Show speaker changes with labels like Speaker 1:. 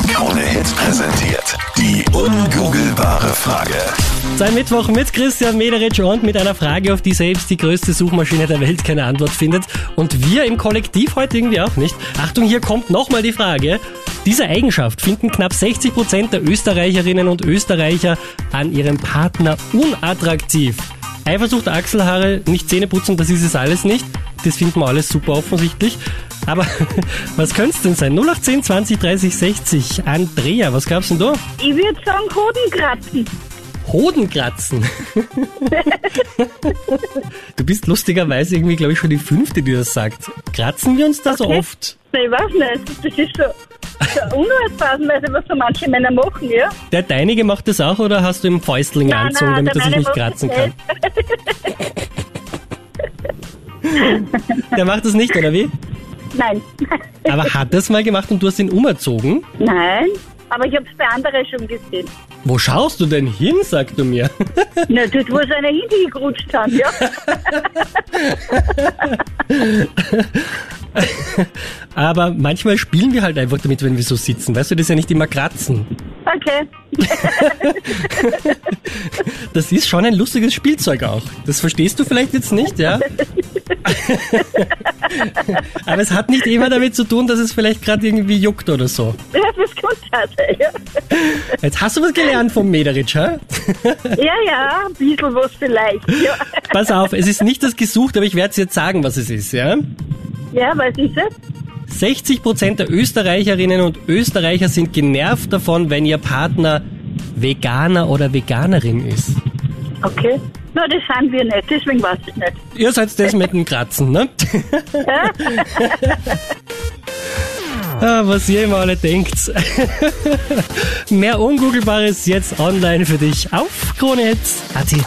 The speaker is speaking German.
Speaker 1: Hit präsentiert die ungoogelbare Frage.
Speaker 2: Sein Mittwoch mit Christian Mederitsch und mit einer Frage, auf die selbst die größte Suchmaschine der Welt keine Antwort findet. Und wir im Kollektiv heute irgendwie auch nicht. Achtung, hier kommt nochmal die Frage. Diese Eigenschaft finden knapp 60 Prozent der Österreicherinnen und Österreicher an ihrem Partner unattraktiv. Eifersucht, Achselhaare, nicht Zähne putzen, das ist es alles nicht. Das finden wir alles super offensichtlich. Aber was könnte es denn sein? 0810 20 30 60. Andrea, was gab's denn da?
Speaker 3: Ich würde sagen Hodenkratzen.
Speaker 2: Hodenkratzen. du bist lustigerweise irgendwie, glaube ich, schon die fünfte, die das sagt. Kratzen wir uns das oft?
Speaker 3: Nein, ich weiß nicht. Das ist so, so unhaltphasenweise, was so manche Männer machen, ja?
Speaker 2: Der Deinige macht das auch oder hast du im Fäustling
Speaker 3: Nein,
Speaker 2: anzogen,
Speaker 3: nein,
Speaker 2: damit er
Speaker 3: der
Speaker 2: sich nicht
Speaker 3: meine
Speaker 2: kratzen
Speaker 3: macht
Speaker 2: kann? Der macht das nicht, oder wie?
Speaker 3: Nein.
Speaker 2: Aber hat das mal gemacht und du hast ihn umerzogen?
Speaker 3: Nein. Aber ich habe es bei anderen schon gesehen.
Speaker 2: Wo schaust du denn hin, sagst du mir?
Speaker 3: Na, dort, wo sie eine hingerutscht haben, ja?
Speaker 2: Aber manchmal spielen wir halt einfach damit, wenn wir so sitzen. Weißt du, das ist ja nicht immer kratzen.
Speaker 3: Okay.
Speaker 2: Das ist schon ein lustiges Spielzeug auch. Das verstehst du vielleicht jetzt nicht, ja? Aber es hat nicht immer damit zu tun, dass es vielleicht gerade irgendwie juckt oder so.
Speaker 3: Ja, das kommt also, ja?
Speaker 2: Jetzt hast du was gelernt vom Mederitsch, hä?
Speaker 3: Ja, ja, ein bisschen was vielleicht, ja.
Speaker 2: Pass auf, es ist nicht das gesucht, aber ich werde es jetzt sagen, was es ist, ja?
Speaker 3: Ja, was ist es?
Speaker 2: 60% der Österreicherinnen und Österreicher sind genervt davon, wenn ihr Partner Veganer oder Veganerin ist.
Speaker 3: Okay. Na, das sind wir nicht, deswegen weiß ich nicht.
Speaker 2: Ihr seid das mit dem Kratzen, ne? ah, was ihr immer alle denkt. Mehr Ungooglebares jetzt online für dich auf KroneHits.at.